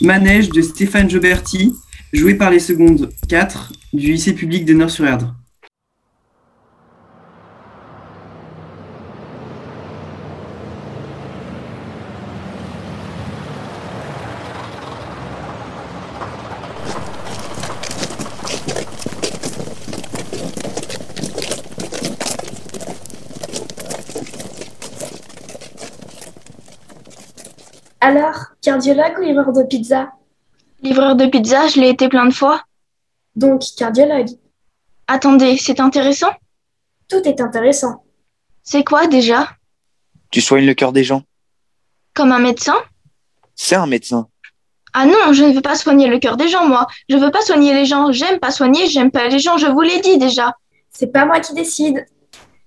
Manège de Stéphane Joberti, joué par les secondes 4 du lycée public de Nord-sur-Erdre. Alors, cardiologue ou livreur de pizza Livreur de pizza, je l'ai été plein de fois. Donc, cardiologue. Attendez, c'est intéressant Tout est intéressant. C'est quoi déjà Tu soignes le cœur des gens. Comme un médecin C'est un médecin. Ah non, je ne veux pas soigner le cœur des gens, moi. Je veux pas soigner les gens. J'aime pas soigner, j'aime pas les gens, je vous l'ai dit déjà. C'est pas moi qui décide.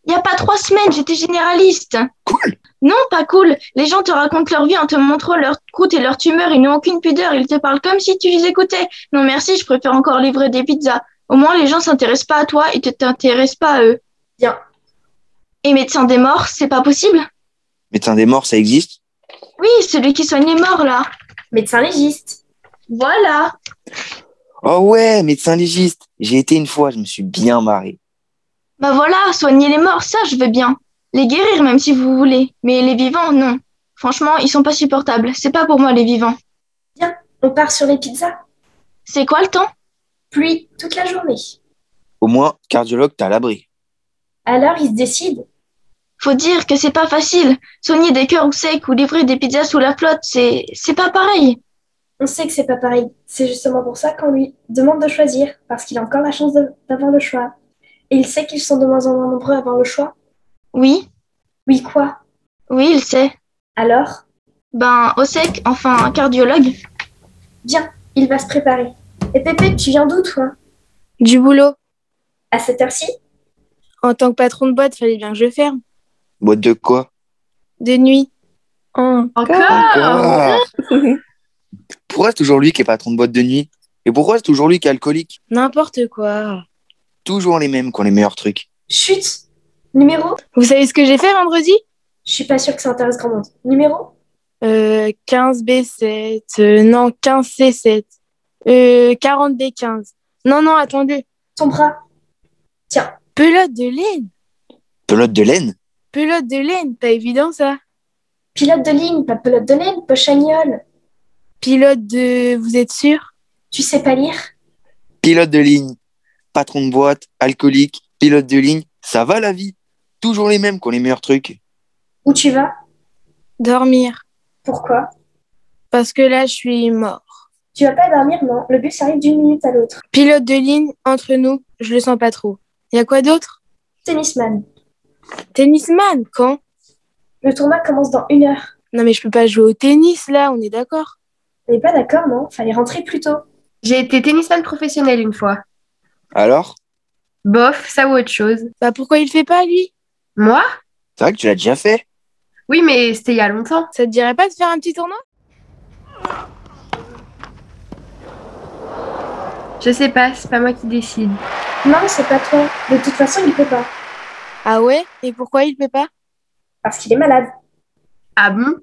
Il y a pas trois semaines, j'étais généraliste. Cool Non, pas cool. Les gens te racontent leur vie en te montrant leur croûte et leur tumeur. Ils n'ont aucune pudeur. Ils te parlent comme si tu les écoutais. Non, merci, je préfère encore livrer des pizzas. Au moins, les gens s'intéressent pas à toi et tu t'intéresses pas à eux. Bien. Et médecin des morts, c'est pas possible Médecin des morts, ça existe Oui, celui qui soigne les morts, là. Médecin légiste. Voilà. Oh ouais, médecin légiste. J'ai été une fois, je me suis bien marré. Bah voilà, soigner les morts, ça, je veux bien. Les guérir, même si vous voulez. Mais les vivants, non. Franchement, ils sont pas supportables. C'est pas pour moi, les vivants. On part sur les pizzas. C'est quoi le temps Pluie toute la journée. Au moins, cardiologue, t'as l'abri. Alors, il se décide. Faut dire que c'est pas facile. Soigner des cœurs secs ou livrer des pizzas sous la flotte, c'est c'est pas pareil. On sait que c'est pas pareil. C'est justement pour ça qu'on lui demande de choisir, parce qu'il a encore la chance de- d'avoir le choix. Et il sait qu'ils sont de moins en moins nombreux à avoir le choix. Oui, Oui, quoi oui, il sait. Alors, Ben, au sec, enfin, cardiologue. il va se préparer. Et Pépé, tu viens d'où, toi Du boulot. À cette heure-ci En tant que patron de boîte, fallait bien que je ferme. Boîte de quoi De nuit. Hein. Encore Pourquoi c'est toujours lui qui est patron de boîte de nuit Et pourquoi c'est toujours lui qui est alcoolique N'importe quoi. Toujours les mêmes qui ont les meilleurs trucs. Chut Numéro Vous savez ce que j'ai fait vendredi Je suis pas sûre que ça intéresse grand monde. Numéro euh, 15B7. euh, non, 15C7. Euh, 40B15. Non, non, attendez. Ton bras. Pelote de laine. Pelote de laine Pelote de laine. Pas évident ça. Pilote de ligne, pas pelote de laine, pochagnol. Pilote de. Vous êtes sûr Tu sais pas lire Pilote de ligne. Patron de boîte, alcoolique, pilote de ligne. Ça va la vie Toujours les mêmes qui ont les meilleurs trucs. Où tu vas Dormir. Pourquoi Parce que là, je suis mort. Tu vas pas dormir, non. Le bus arrive d'une minute à l'autre. Pilote de ligne, entre nous, je le sens pas trop. Y a quoi d'autre Tennisman. Tennisman, quand Le tournoi commence dans une heure. Non, mais je peux pas jouer au tennis là, on est d'accord On n'est pas d'accord, non Fallait rentrer plus tôt. J'ai été tennisman professionnel une fois. Alors Bof, ça ou autre chose. Bah pourquoi il fait pas lui Moi C'est vrai que tu l'as déjà fait Oui, mais c'était il y a longtemps. Ça te dirait pas de faire un petit tournoi Je sais pas, c'est pas moi qui décide. Non, c'est pas toi. De toute façon, il peut pas. Ah ouais Et pourquoi il fait pas Parce qu'il est malade. Ah bon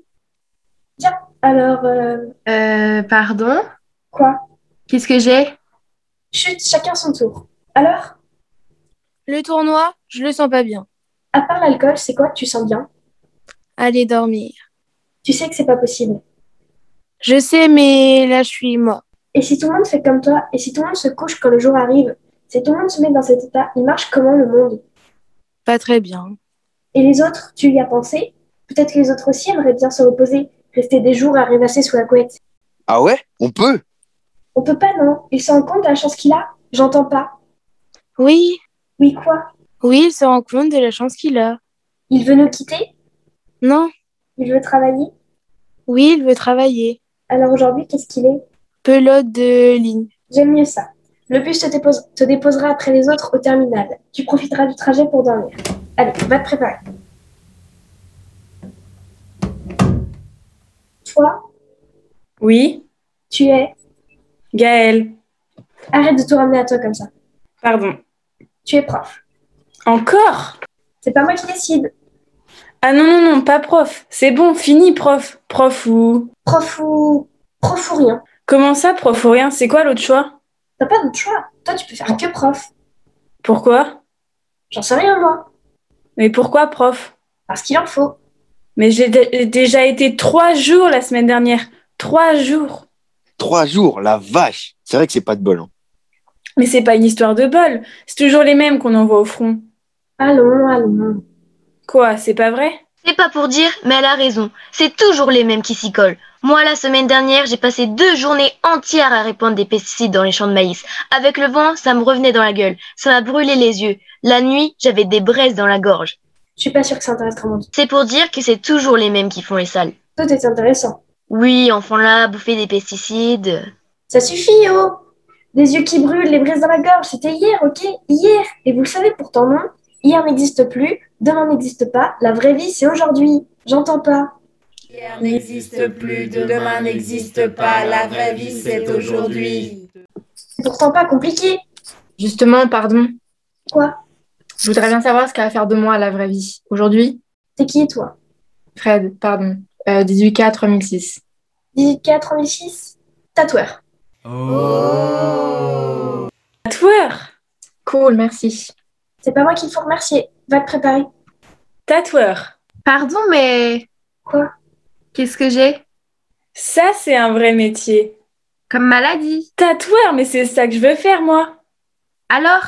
Alors, euh, Euh, pardon quoi Qu'est-ce que j'ai Chut, chacun son tour. Alors Le tournoi, je le sens pas bien. À part l'alcool, c'est quoi que tu sens bien Allez dormir. Tu sais que c'est pas possible. Je sais, mais là, je suis mort. Et si tout le monde fait comme toi, et si tout le monde se couche quand le jour arrive, si tout le monde se met dans cet état, il marche comment le monde Pas très bien. Et les autres, tu y as pensé Peut-être que les autres aussi aimeraient bien se reposer, rester des jours à rêvasser sous la couette. Ah ouais On peut On peut pas, non Il se rend compte de la chance qu'il a J'entends pas. Oui, Oui, quoi oui, il se rend compte de la chance qu'il a. Il veut nous quitter Non, Il veut travailler oui, il veut travailler. Alors aujourd'hui, qu'est-ce qu'il est Pelote de ligne. J'aime mieux ça. Le bus te, dépose- te déposera après les autres au terminal. Tu profiteras du trajet pour dormir. Allez, va te préparer. Toi, Oui, tu es... Gaël. Arrête de tout ramener à toi comme ça. Pardon. Tu es prof. Encore C'est pas moi qui décide. Ah non, non, non, pas prof. C'est bon, fini prof. Prof ou... Prof ou... Prof ou rien. Comment ça, prof ou rien C'est quoi l'autre choix T'as pas d'autre choix. Toi, tu peux faire que prof. Pourquoi J'en sais rien, moi. Mais pourquoi, prof Parce qu'il en faut. Mais j'ai dé- j'ai déjà été trois jours la semaine dernière. Trois jours. Trois jours, la vache. C'est vrai que c'est pas de bol. hein. Mais c'est pas une histoire de bol. C'est toujours les mêmes qu'on envoie au front. Allons, allons. Quoi, c'est pas vrai C'est pas pour dire, mais elle a raison. C'est toujours les mêmes qui s'y collent. Moi, la semaine dernière, j'ai passé deux journées entières à répandre des pesticides dans les champs de maïs. Avec le vent, ça me revenait dans la gueule. Ça m'a brûlé les yeux. La nuit, j'avais des braises dans la gorge. Je suis pas sûre que ça intéresse grand monde. C'est pour dire que c'est toujours les mêmes qui font les sales. Tout est intéressant. Oui, enfant là, bouffer des pesticides. Ça suffit, oh Des yeux qui brûlent, les braises dans la gorge, c'était hier, ok Hier Et vous le savez pourtant, non Hier n'existe plus, demain n'existe pas, la vraie vie, c'est aujourd'hui. J'entends pas. Hier n'existe plus, demain n'existe pas, la vraie vie c'est aujourd'hui. C'est pourtant pas compliqué. Justement, pardon. Quoi Je voudrais bien savoir ce qu'elle va faire de moi la vraie vie. Aujourd'hui, T'es qui, toi Fred, pardon. Euh, 18K 3006. 18K, 3006 Tatoueur. Oh Tatoueur Cool, merci. C'est pas moi qu'il faut remercier. Va te préparer. Tatoueur. Pardon, mais. Quoi Qu'est-ce que j'ai Ça, c'est un vrai métier. Comme maladie. Tatoueur, mais c'est ça que je veux faire, moi. Alors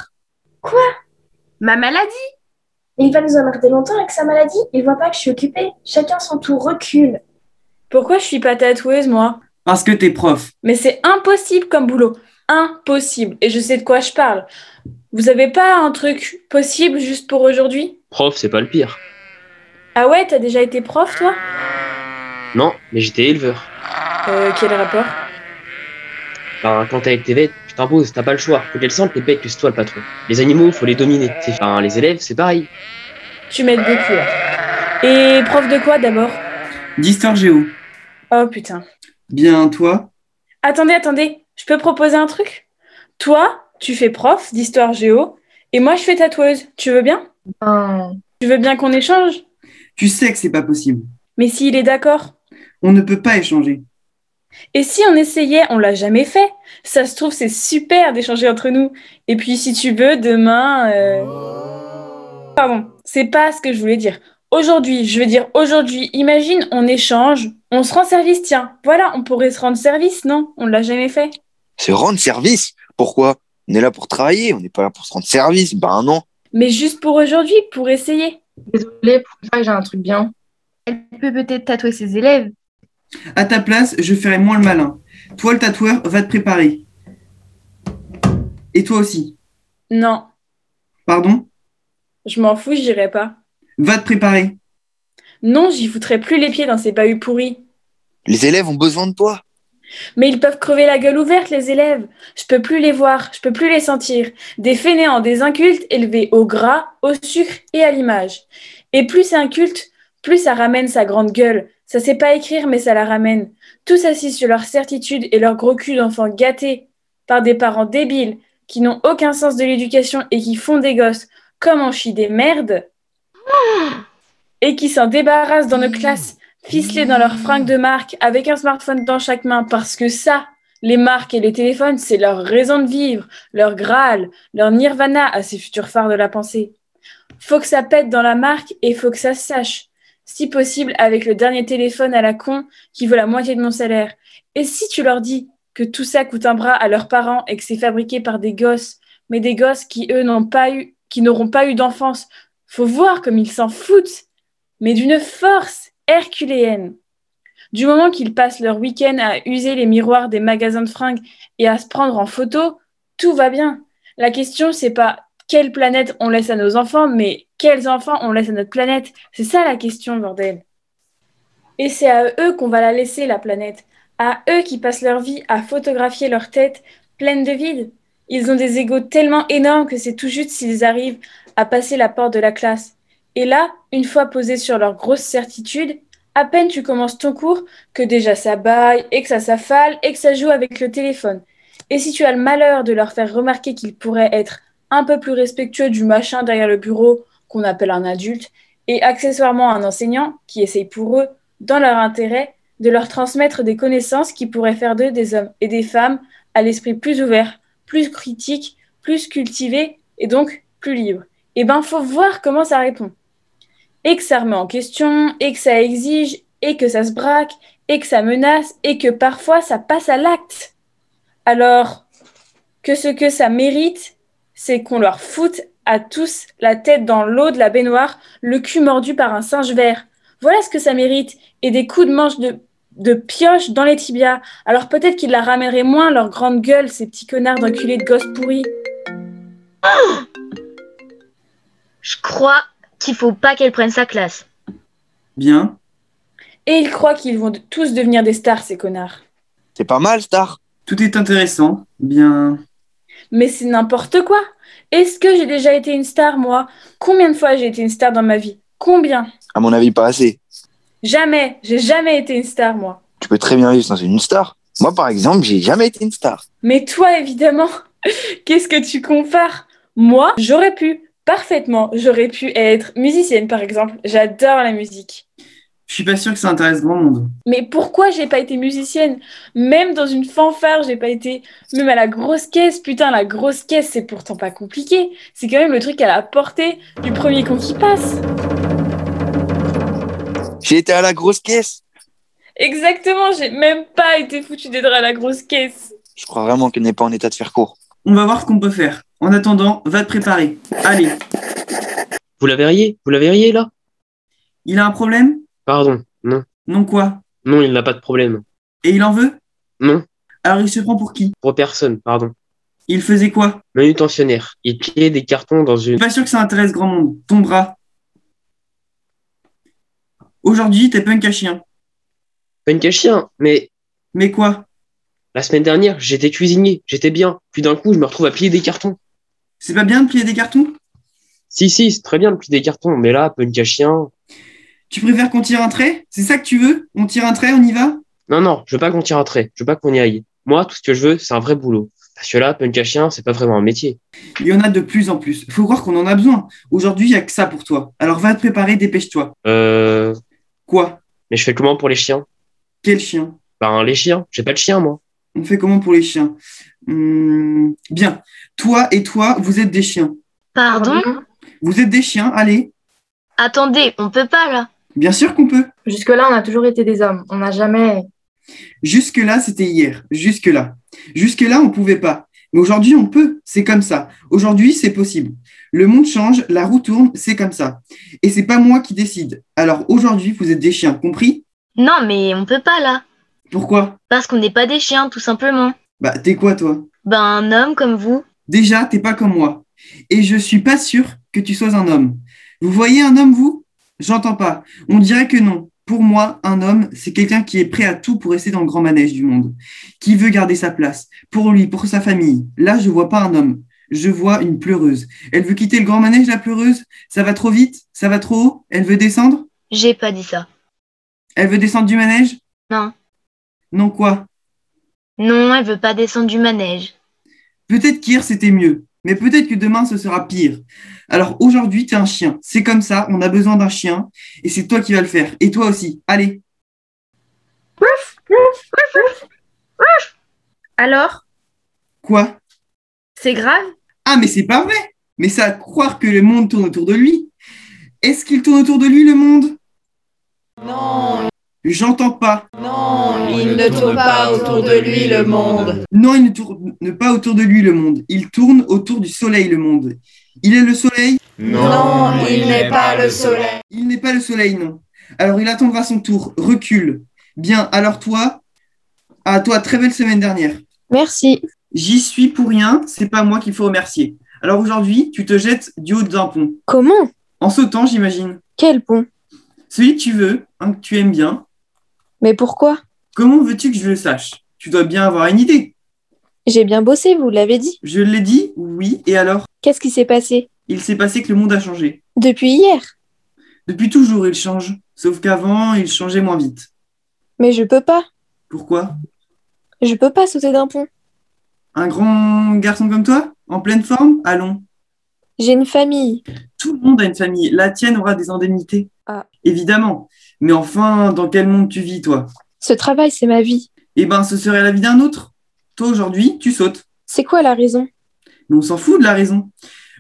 Quoi Ma maladie Et il va nous emmerder longtemps avec sa maladie. Il voit pas que je suis occupée. Chacun son tour recule. Pourquoi je suis pas tatoueuse, moi Parce que t'es prof. Mais c'est impossible comme boulot. Impossible. Et je sais de quoi je parle. Vous avez pas un truc possible juste pour aujourd'hui Prof, c'est pas le pire. Ah ouais, t'as déjà été prof, toi Non, mais j'étais éleveur. Euh, quel rapport Ben, quand t'as été bête, tu t'imposes, t'as pas le choix. Faut qu'elles sentent les bêtes que c'est toi le patron. Les animaux, faut les dominer. C'est- Enfin, les élèves, c'est pareil. Tu m'aides beaucoup. là. Et prof de quoi d'abord D'histoire géo. Oh putain. Bien, toi Attendez, attendez, je peux proposer un truc Toi, tu fais prof d'histoire géo et moi je fais tatoueuse. Tu veux bien Hein. Tu veux bien qu'on échange Tu sais que c'est pas possible. Mais s'il est d'accord On ne peut pas échanger. Et si on essayait On l'a jamais fait. Ça se trouve, c'est super d'échanger entre nous. Et puis si tu veux, demain. euh, Pardon, c'est pas ce que je voulais dire. Aujourd'hui, je veux dire aujourd'hui, imagine, on échange, on se rend service, tiens. Voilà, on pourrait se rendre service, non On l'a jamais fait. Se rendre service. Pourquoi On est là pour travailler, on n'est pas là pour se rendre service. Ben non. Mais juste pour aujourd'hui, pour essayer. Désolée, pour une fois que j'ai un truc bien. Elle peut peut-être tatouer ses élèves. À ta place, je ferai moins le malin. Toi, le tatoueur, va te préparer. Et toi aussi. Non, Pardon je m'en fous, j'irai pas. Va te préparer. Non, j'y foutrais plus les pieds dans ces bahuts pourris. Les élèves ont besoin de toi. Mais ils peuvent crever la gueule ouverte, les élèves. Je peux plus les voir, je peux plus les sentir. Des fainéants, des incultes élevés au gras, au sucre et à l'image. Et plus c'est inculte, plus ça ramène sa grande gueule. Ça sait pas écrire, mais ça la ramène. Tous assis sur leur certitude et leur gros cul d'enfants gâtés par des parents débiles qui n'ont aucun sens de l'éducation et qui font des gosses comme on chie des merdes et qui s'en débarrassent dans nos classes, ficelés dans leurs fringues de marque avec un smartphone dans chaque main parce que ça, les marques et les téléphones, c'est leur raison de vivre, leur graal, leur nirvana à ces futurs phares de la pensée. Faut que ça pète dans la marque et faut que ça se sache. Si possible, avec le dernier téléphone à la con qui vaut la moitié de mon salaire. Et si tu leur dis que tout ça coûte un bras à leurs parents et que c'est fabriqué par des gosses, mais des gosses qui, eux, n'ont pas eu, qui n'auront pas eu d'enfance, faut voir comme ils s'en foutent, mais d'une force herculéenne. Du moment qu'ils passent leur week-end à user les miroirs des magasins de fringues et à se prendre en photo, tout va bien. La question, c'est pas quelle planète on laisse à nos enfants, mais quels enfants on laisse à notre planète. C'est ça la question, bordel. Et c'est à eux qu'on va la laisser, la planète. À eux qui passent leur vie à photographier leur tête pleine de vide. Ils ont des égaux tellement énormes que c'est tout juste s'ils arrivent à passer la porte de la classe. Et là, une fois posés sur leur grosse certitude, à peine tu commences ton cours que déjà ça baille et que ça s'affale et que ça joue avec le téléphone. Et si tu as le malheur de leur faire remarquer qu'ils pourraient être un peu plus respectueux du machin derrière le bureau qu'on appelle un adulte et accessoirement un enseignant qui essaye pour eux, dans leur intérêt, de leur transmettre des connaissances qui pourraient faire d'eux des hommes et des femmes à l'esprit plus ouvert, plus critique, plus cultivé et donc plus libre. Et ben, faut voir comment ça répond. Et que ça remet en question, et que ça exige, et que ça se braque, et que ça menace, et que parfois ça passe à l'acte. Alors que ce que ça mérite, c'est qu'on leur foute à tous la tête dans l'eau de la baignoire, le cul mordu par un singe vert. Voilà ce que ça mérite. Et des coups de manche de, de pioche dans les tibias. Alors peut-être qu'ils la ramèneraient moins, leur grande gueule, ces petits connards d'enculés de gosses pourris. Je crois qu'il faut pas qu'elle prenne sa classe. Bien. Et ils croient qu'ils vont de- tous devenir des stars, ces connards. C'est pas mal, Star. Tout est intéressant. Bien. Mais c'est n'importe quoi. Est-ce que j'ai déjà été une star, moi Combien de fois j'ai été une star dans ma vie Combien À mon avis, pas assez. Jamais. J'ai jamais été une star, moi. Tu peux très bien vivre sans une star. Moi, par exemple, j'ai jamais été une star. Mais toi, évidemment, qu'est-ce que tu compares Moi, j'aurais pu, parfaitement, j'aurais pu être musicienne, par exemple. J'adore la musique. Je suis pas sûr que ça intéresse grand monde. Mais pourquoi j'ai pas été musicienne Même dans une fanfare, j'ai pas été. Même à la grosse caisse, putain, la grosse caisse, c'est pourtant pas compliqué. C'est quand même le truc à la portée du premier con qui passe. J'ai été à la grosse caisse. Exactement, j'ai même pas été foutu des draps à la grosse caisse. Je crois vraiment qu'elle n'est pas en état de faire court. On va voir ce qu'on peut faire. En attendant, va te préparer. Allez. Vous la verriez Vous la verriez là Il a un problème Pardon, non. Non quoi Non, il n'a pas de problème. Et il en veut Non. Alors il se prend pour qui Pour personne, pardon. Il faisait quoi Manutentionnaire. Il pliait des cartons dans Je une. suis pas sûr que ça intéresse grand monde. Ton bras. Aujourd'hui, t'es punk à chien. Punk à chien, mais Mais quoi la semaine dernière, j'étais cuisinier, j'étais bien. Puis d'un coup, je me retrouve à plier des cartons. C'est pas bien de plier des cartons Si, si, c'est très bien de plier des cartons, mais là, punk à chien. Tu préfères qu'on tire un trait C'est ça que tu veux On tire un trait, on y va Non, non, je veux pas qu'on tire un trait, je veux pas qu'on y aille. Moi, tout ce que je veux, c'est un vrai boulot. Parce que là, punk à chien, c'est pas vraiment un métier. Il y en a de plus en plus. Faut croire qu'on en a besoin. Aujourd'hui, il y a que ça pour toi. Alors va te préparer, dépêche-toi. Euh. Quoi Mais je fais comment pour les chiens Quel chien Ben, les chiens, j'ai pas de chien, moi. On fait comment pour les chiens Hum, Bien. Toi et toi, vous êtes des chiens. Pardon Vous êtes des chiens, allez. Attendez, on peut pas là. Bien sûr qu'on peut. Jusque-là, on a toujours été des hommes. On n'a jamais. Jusque-là, c'était hier. Jusque-là. Jusque-là, on pouvait pas. Mais aujourd'hui, on peut. C'est comme ça. Aujourd'hui, c'est possible. Le monde change, la roue tourne, c'est comme ça. Et c'est pas moi qui décide. Alors aujourd'hui, vous êtes des chiens, compris Non, mais on peut pas là. Pourquoi Parce qu'on n'est pas des chiens, tout simplement. Bah, t'es quoi, toi Ben, un homme comme vous. Déjà, t'es pas comme moi. Et je suis pas sûr que tu sois un homme. Vous voyez un homme, vous J'entends pas. On dirait que non. Pour moi, un homme, c'est quelqu'un qui est prêt à tout pour rester dans le grand manège du monde, qui veut garder sa place, pour lui, pour sa famille. Là, je vois pas un homme. Je vois une pleureuse. Elle veut quitter le grand manège, la pleureuse Ça va trop vite Ça va trop haut Elle veut descendre J'ai pas dit ça. Elle veut descendre du manège Non. Non quoi Non, elle veut pas descendre du manège. Peut-être qu'hier c'était mieux, mais peut-être que demain ce sera pire. Alors aujourd'hui, t'es un chien. C'est comme ça, on a besoin d'un chien, et c'est toi qui vas le faire. Et toi aussi. Allez, Alors, quoi c'est grave Ah, mais c'est pas vrai Mais ça, croire que le monde tourne autour de lui. Est-ce qu'il tourne autour de lui, le monde Non, J'entends pas. non, il ne tourne pas autour de lui le monde. Non, il ne tourne pas autour de lui, le monde. Il tourne autour du soleil, le monde. Il est le soleil Non, il n'est pas le soleil. Il n'est pas le soleil, non. Alors il attendra son tour. Recule. Bien, alors toi, à toi, très belle semaine dernière. Merci. J'y suis pour rien, c'est pas moi qu'il faut remercier. Alors aujourd'hui, tu te jettes du haut d'un pont. Comment En sautant, j'imagine. Quel pont Celui que tu veux, un que tu aimes bien. Mais pourquoi Comment veux-tu que je le sache Tu dois bien avoir une idée. J'ai bien bossé, vous l'avez dit. Je l'ai dit, oui, et alors Qu'est-ce qui s'est passé Il s'est passé que le monde a changé. Depuis hier. Depuis toujours, il change. Sauf qu'avant, il changeait moins vite. Mais je peux pas. Pourquoi Je peux pas sauter d'un pont. Un grand garçon comme toi En pleine forme Allons. J'ai une famille. Tout le monde a une famille. La tienne aura des indemnités. Ah. Évidemment. Mais enfin, dans quel monde tu vis, toi Ce travail, c'est ma vie. Eh ben, ce serait la vie d'un autre. Toi, aujourd'hui, tu sautes. C'est quoi la raison Mais on s'en fout de la raison.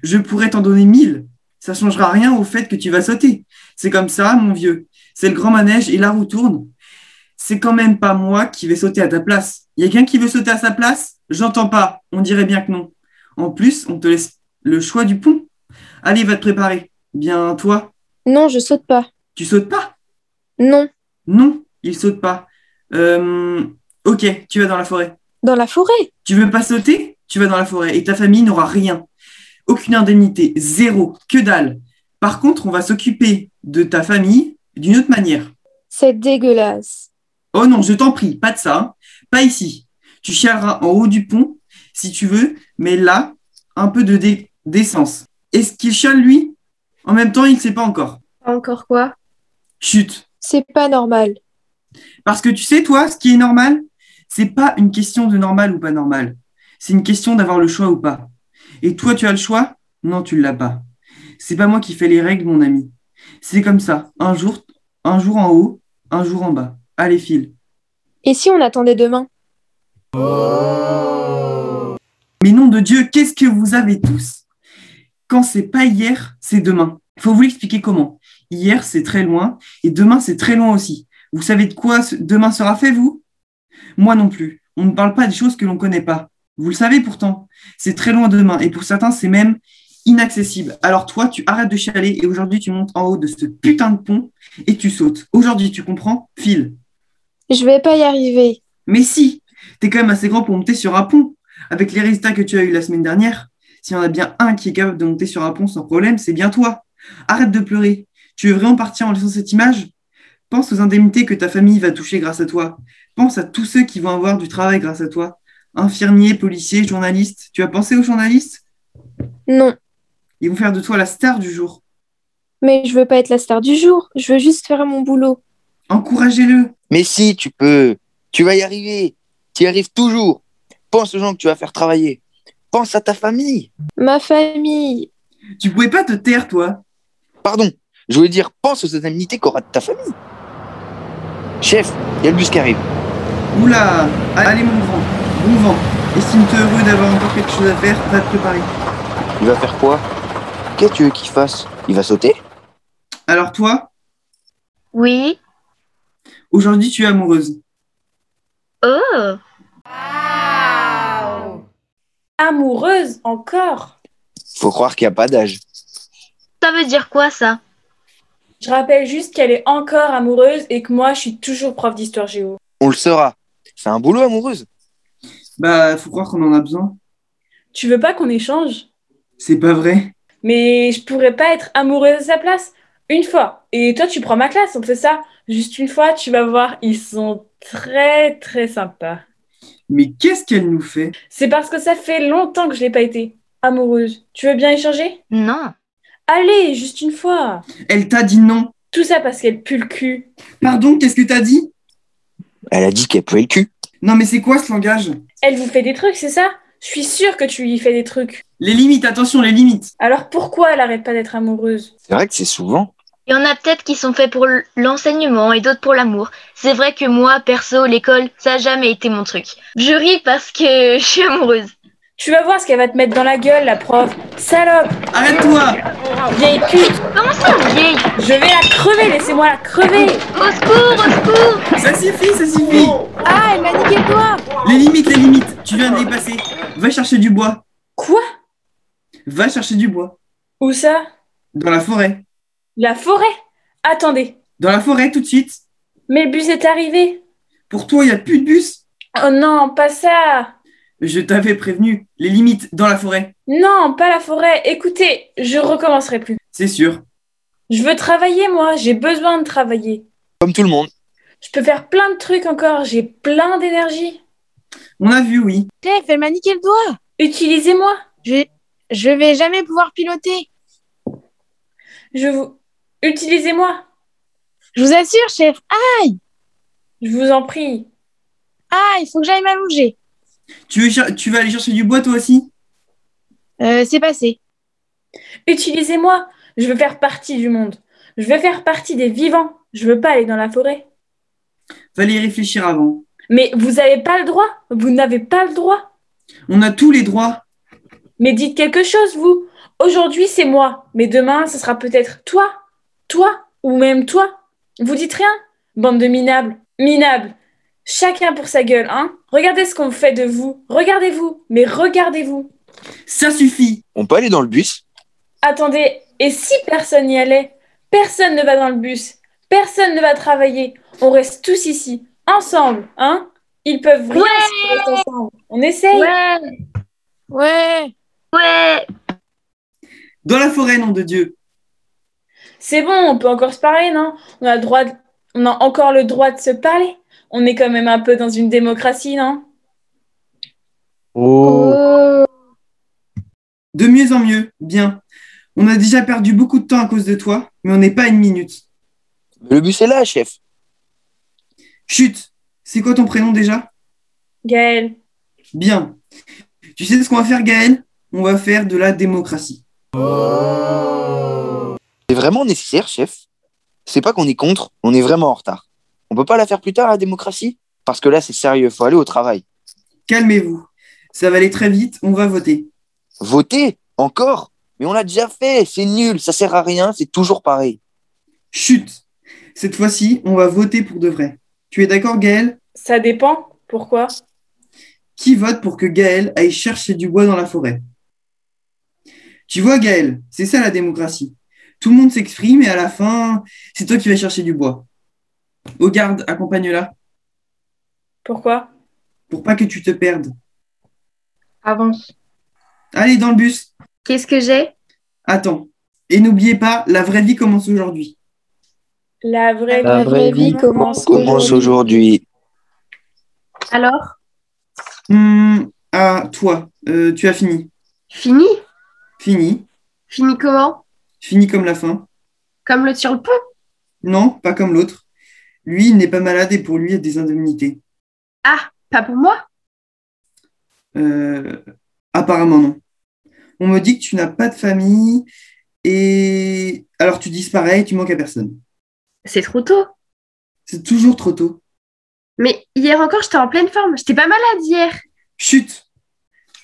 Je pourrais t'en donner mille. Ça changera rien au fait que tu vas sauter. C'est comme ça, mon vieux. C'est le grand manège et la roue tourne. C'est quand même pas moi qui vais sauter à ta place. Y a quelqu'un qui veut sauter à sa place J'entends pas. On dirait bien que non. En plus, on te laisse le choix du pont. Allez, va te préparer. Bien, toi, Non, je saute pas. tu sautes pas Non, Non, il saute pas. Euh, ok, tu vas dans la forêt. dans la forêt. Tu veux pas sauter Tu vas dans la forêt et ta famille n'aura rien. Aucune indemnité, zéro, que dalle. Par contre, on va s'occuper de ta famille d'une autre manière. C'est dégueulasse. Oh non, je t'en prie, pas de ça. hein. Pas ici. Tu chialeras en haut du pont si tu veux, mais là, un peu de dé- décence. Est-ce qu'il chiale lui En même temps, il ne sait pas encore. Encore quoi Chut. C'est pas normal. Parce que tu sais, toi, ce qui est normal, c'est pas une question de normal ou pas normal. C'est une question d'avoir le choix ou pas. Et toi, tu as le choix Non, tu l'as pas. C'est pas moi qui fais les règles, mon ami. C'est comme ça. Un jour, un jour en haut, un jour en bas. Allez, file. Et si on attendait demain Mais nom de Dieu, qu'est-ce que vous avez tous Quand c'est pas hier, c'est demain. Faut vous expliquer comment. Hier, c'est très loin, et demain, c'est très loin aussi. Vous savez de quoi ce- demain sera fait, vous Moi non plus. On ne parle pas des choses que l'on ne connaît pas. Vous le savez pourtant. C'est très loin demain, et pour certains, c'est même inaccessible. Alors toi, tu arrêtes de chialer, et aujourd'hui, tu montes en haut de ce putain de pont, et tu sautes. Aujourd'hui, tu comprends File. Je vais pas y arriver. Mais si, t'es quand même assez grand pour monter sur un pont. Avec les résultats que tu as eu la semaine dernière, s'il y en a bien un qui est capable de monter sur un pont sans problème, c'est bien toi. Arrête de pleurer. Tu veux vraiment partir en laissant cette image Pense aux indemnités que ta famille va toucher grâce à toi. Pense à tous ceux qui vont avoir du travail grâce à toi. Infirmiers, policiers, journalistes. Tu as pensé aux journalistes Non, Ils vont faire de toi la star du jour. mais je veux pas être la star du jour. Je veux juste faire mon boulot. Encouragez-le. Mais si, tu peux. Tu vas y arriver. Tu y arrives toujours. Pense aux gens que tu vas faire travailler. Pense à ta famille. Ma famille. Tu pouvais pas te taire, toi. Pardon, je voulais dire, pense aux indemnités qu'aura ta famille. Chef, il y a le bus qui arrive. Oula Allez, mon grand. Bon vent. Estime-toi heureux d'avoir encore quelque chose à faire. Va te préparer. Il va faire quoi Qu'est-ce que tu veux qu'il fasse Il va sauter Alors toi, Oui. Aujourd'hui, tu es amoureuse. Oh. Amoureuse encore Faut croire qu'il n'y a pas d'âge. Ça veut dire quoi ça Je rappelle juste qu'elle est encore amoureuse et que moi, je suis toujours prof d'histoire géo. On le saura. C'est un boulot amoureuse. Bah, faut croire qu'on en a besoin. Tu veux pas qu'on échange C'est pas vrai. Mais je pourrais pas être amoureuse à sa place Une fois. Et toi, tu prends ma classe, on fait ça. Juste une fois, tu vas voir, ils sont très très sympas. Mais qu'est-ce qu'elle nous fait C'est parce que ça fait longtemps que je l'ai pas été amoureuse. Tu veux bien échanger Non. Allez, juste une fois. Elle t'a dit non. Tout ça parce qu'elle pue le cul. Pardon, qu'est-ce que t'as dit Elle a dit qu'elle pouvait le cul. Non, mais c'est quoi ce langage Elle vous fait des trucs, c'est ça Je suis sûre que tu lui fais des trucs. Les limites, attention, les limites. Alors pourquoi elle arrête pas d'être amoureuse C'est vrai que c'est souvent. Il y en a peut-être qui sont faits pour l- l'enseignement et d'autres pour l'amour. C'est vrai que moi, perso, l'école, ça a jamais été mon truc. Je ris parce que je suis amoureuse. Tu vas voir ce qu'elle va te mettre dans la gueule, la prof. Salope, Arrête-toi vieille pute. Comment ça, vieille Je vais la crever, laissez-moi la crever. Au secours, au secours Ça suffit, ça suffit Ah, elle m'a niqué le doigt. Les limites, les limites Tu viens de les passer. Va chercher du bois. Quoi Va chercher du bois. Où ça Dans la forêt. La forêt Attendez, Dans la forêt, tout de suite. mais le bus est arrivé. Pour toi, il n'y a plus de bus. Oh non, pas ça. Je t'avais prévenu. Les limites, dans la forêt. Non, pas la forêt. Écoutez, je recommencerai plus. C'est sûr. Je veux travailler, moi, j'ai besoin de travailler. Comme tout le monde. Je peux faire plein de trucs encore, j'ai plein d'énergie. On a vu, oui. Chef, elle m'a niqué le doigt. Utilisez-moi. Je, je vais jamais pouvoir piloter. Je vous. Utilisez-moi. Je vous assure, chef. Ah, Je vous en prie. ah, il faut que j'aille m'allonger. Tu, veux cher- tu vas aller chercher du bois, toi aussi Euh, c'est passé. Utilisez-moi. Je veux faire partie du monde. Je veux faire partie des vivants. Je veux pas aller dans la forêt. Fallait y réfléchir avant. Mais vous n'avez pas le droit. Vous n'avez pas le droit. On a tous les droits. Mais dites quelque chose, vous. Aujourd'hui, c'est moi. Mais demain, ce sera peut-être toi. Toi. Ou même toi. Vous dites rien Bande de minables. Minables. Chacun pour sa gueule, hein Regardez ce qu'on fait de vous. Regardez-vous. Mais regardez-vous. Ça suffit. On peut aller dans le bus Attendez, et si personne n'y allait Personne ne va dans le bus. Personne ne va travailler. On reste tous ici. Ensemble, hein Ils peuvent rien s'ils restent ensemble. On essaye Ouais, Ouais. ouais. Dans la forêt, nom de Dieu. C'est bon, on peut encore se parler, non On a le droit de- on a encore le droit de se parler. On est quand même un peu dans une démocratie, non Oh, De mieux en mieux. Bien. On a déjà perdu beaucoup de temps à cause de toi, mais on n'est pas à une minute. Le bus est là, chef. Chut. C'est quoi ton prénom déjà Gaël, Bien. Tu sais ce qu'on va faire, Gaël On va faire de la démocratie. C'est vraiment nécessaire, chef. C'est pas qu'on est contre, on est vraiment en retard. On peut pas la faire plus tard, la démocratie Parce que là, c'est sérieux, faut aller au travail. Calmez-vous. Ça va aller très vite. On va voter. Voter Encore Mais on l'a déjà fait, c'est nul, ça sert à rien, c'est toujours pareil. Chut. Cette fois-ci, on va voter pour de vrai. Tu es d'accord, Gaël ça dépend. Pourquoi Qui vote pour que Gaël aille chercher du bois dans la forêt Tu vois, Gaël, c'est ça la démocratie. Tout le monde s'exprime et à la fin, c'est toi qui vas chercher du bois. Au garde, accompagne-la Pourquoi pour pas que tu te perdes. Avance. Allez, dans le bus. Qu'est-ce que j'ai Attends. Et n'oubliez pas, la vraie vie commence aujourd'hui. La vraie Ah, La vraie vie commence Commence aujourd'hui. Alors Hum, à toi, Euh, tu as fini. Fini Fini. Fini comment Fini comme la fin. Comme le sur le pont Non, pas comme l'autre. Lui, il n'est pas malade et pour lui, il y a des indemnités. Ah, pas pour moi Euh, apparemment non. On me dit que tu n'as pas de famille et alors tu disparais et tu manques à personne. C'est trop tôt. C'est toujours trop tôt. Mais hier encore, j'étais en pleine forme. J'étais pas malade hier. Chut,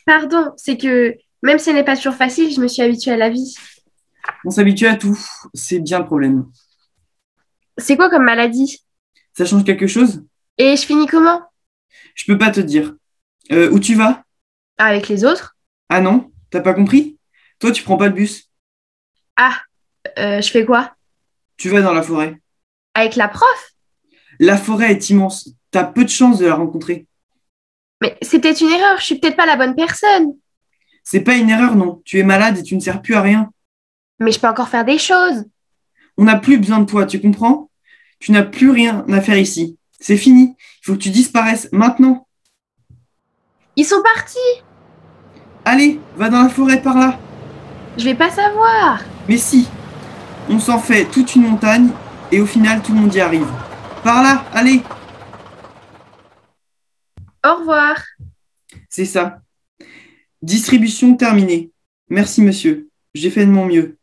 Pardon, c'est que même si ce n'est pas toujours facile, je me suis habituée à la vie. on s'habitue à tout. C'est bien le problème. C'est quoi comme maladie Ça change quelque chose? Et je finis comment Je peux pas te dire. Euh, où tu vas? Avec les autres Ah non, t'as pas compris? Toi, tu prends pas le bus. Euh, Je fais quoi Tu vas dans la forêt. Avec la prof La forêt est immense. T'as peu de chances de la rencontrer. Mais c'était une erreur, je suis peut-être pas la bonne personne. C'est pas une erreur, non. Tu es malade et tu ne sers plus à rien. Mais je peux encore faire des choses. On n'a plus besoin de toi, tu comprends? Tu n'as plus rien à faire ici. C'est fini. Il faut que tu disparaisses maintenant. Ils sont partis Allez, va dans la forêt par là. Je vais pas savoir Mais si, on s'en fait toute une montagne et au final tout le monde y arrive. Par là, allez, Au revoir c'est ça. Distribution terminée. Merci monsieur, j'ai fait de mon mieux.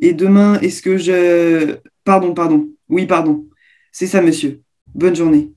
Et demain, est-ce que je... Pardon, pardon. Oui, pardon. C'est ça monsieur. Bonne journée.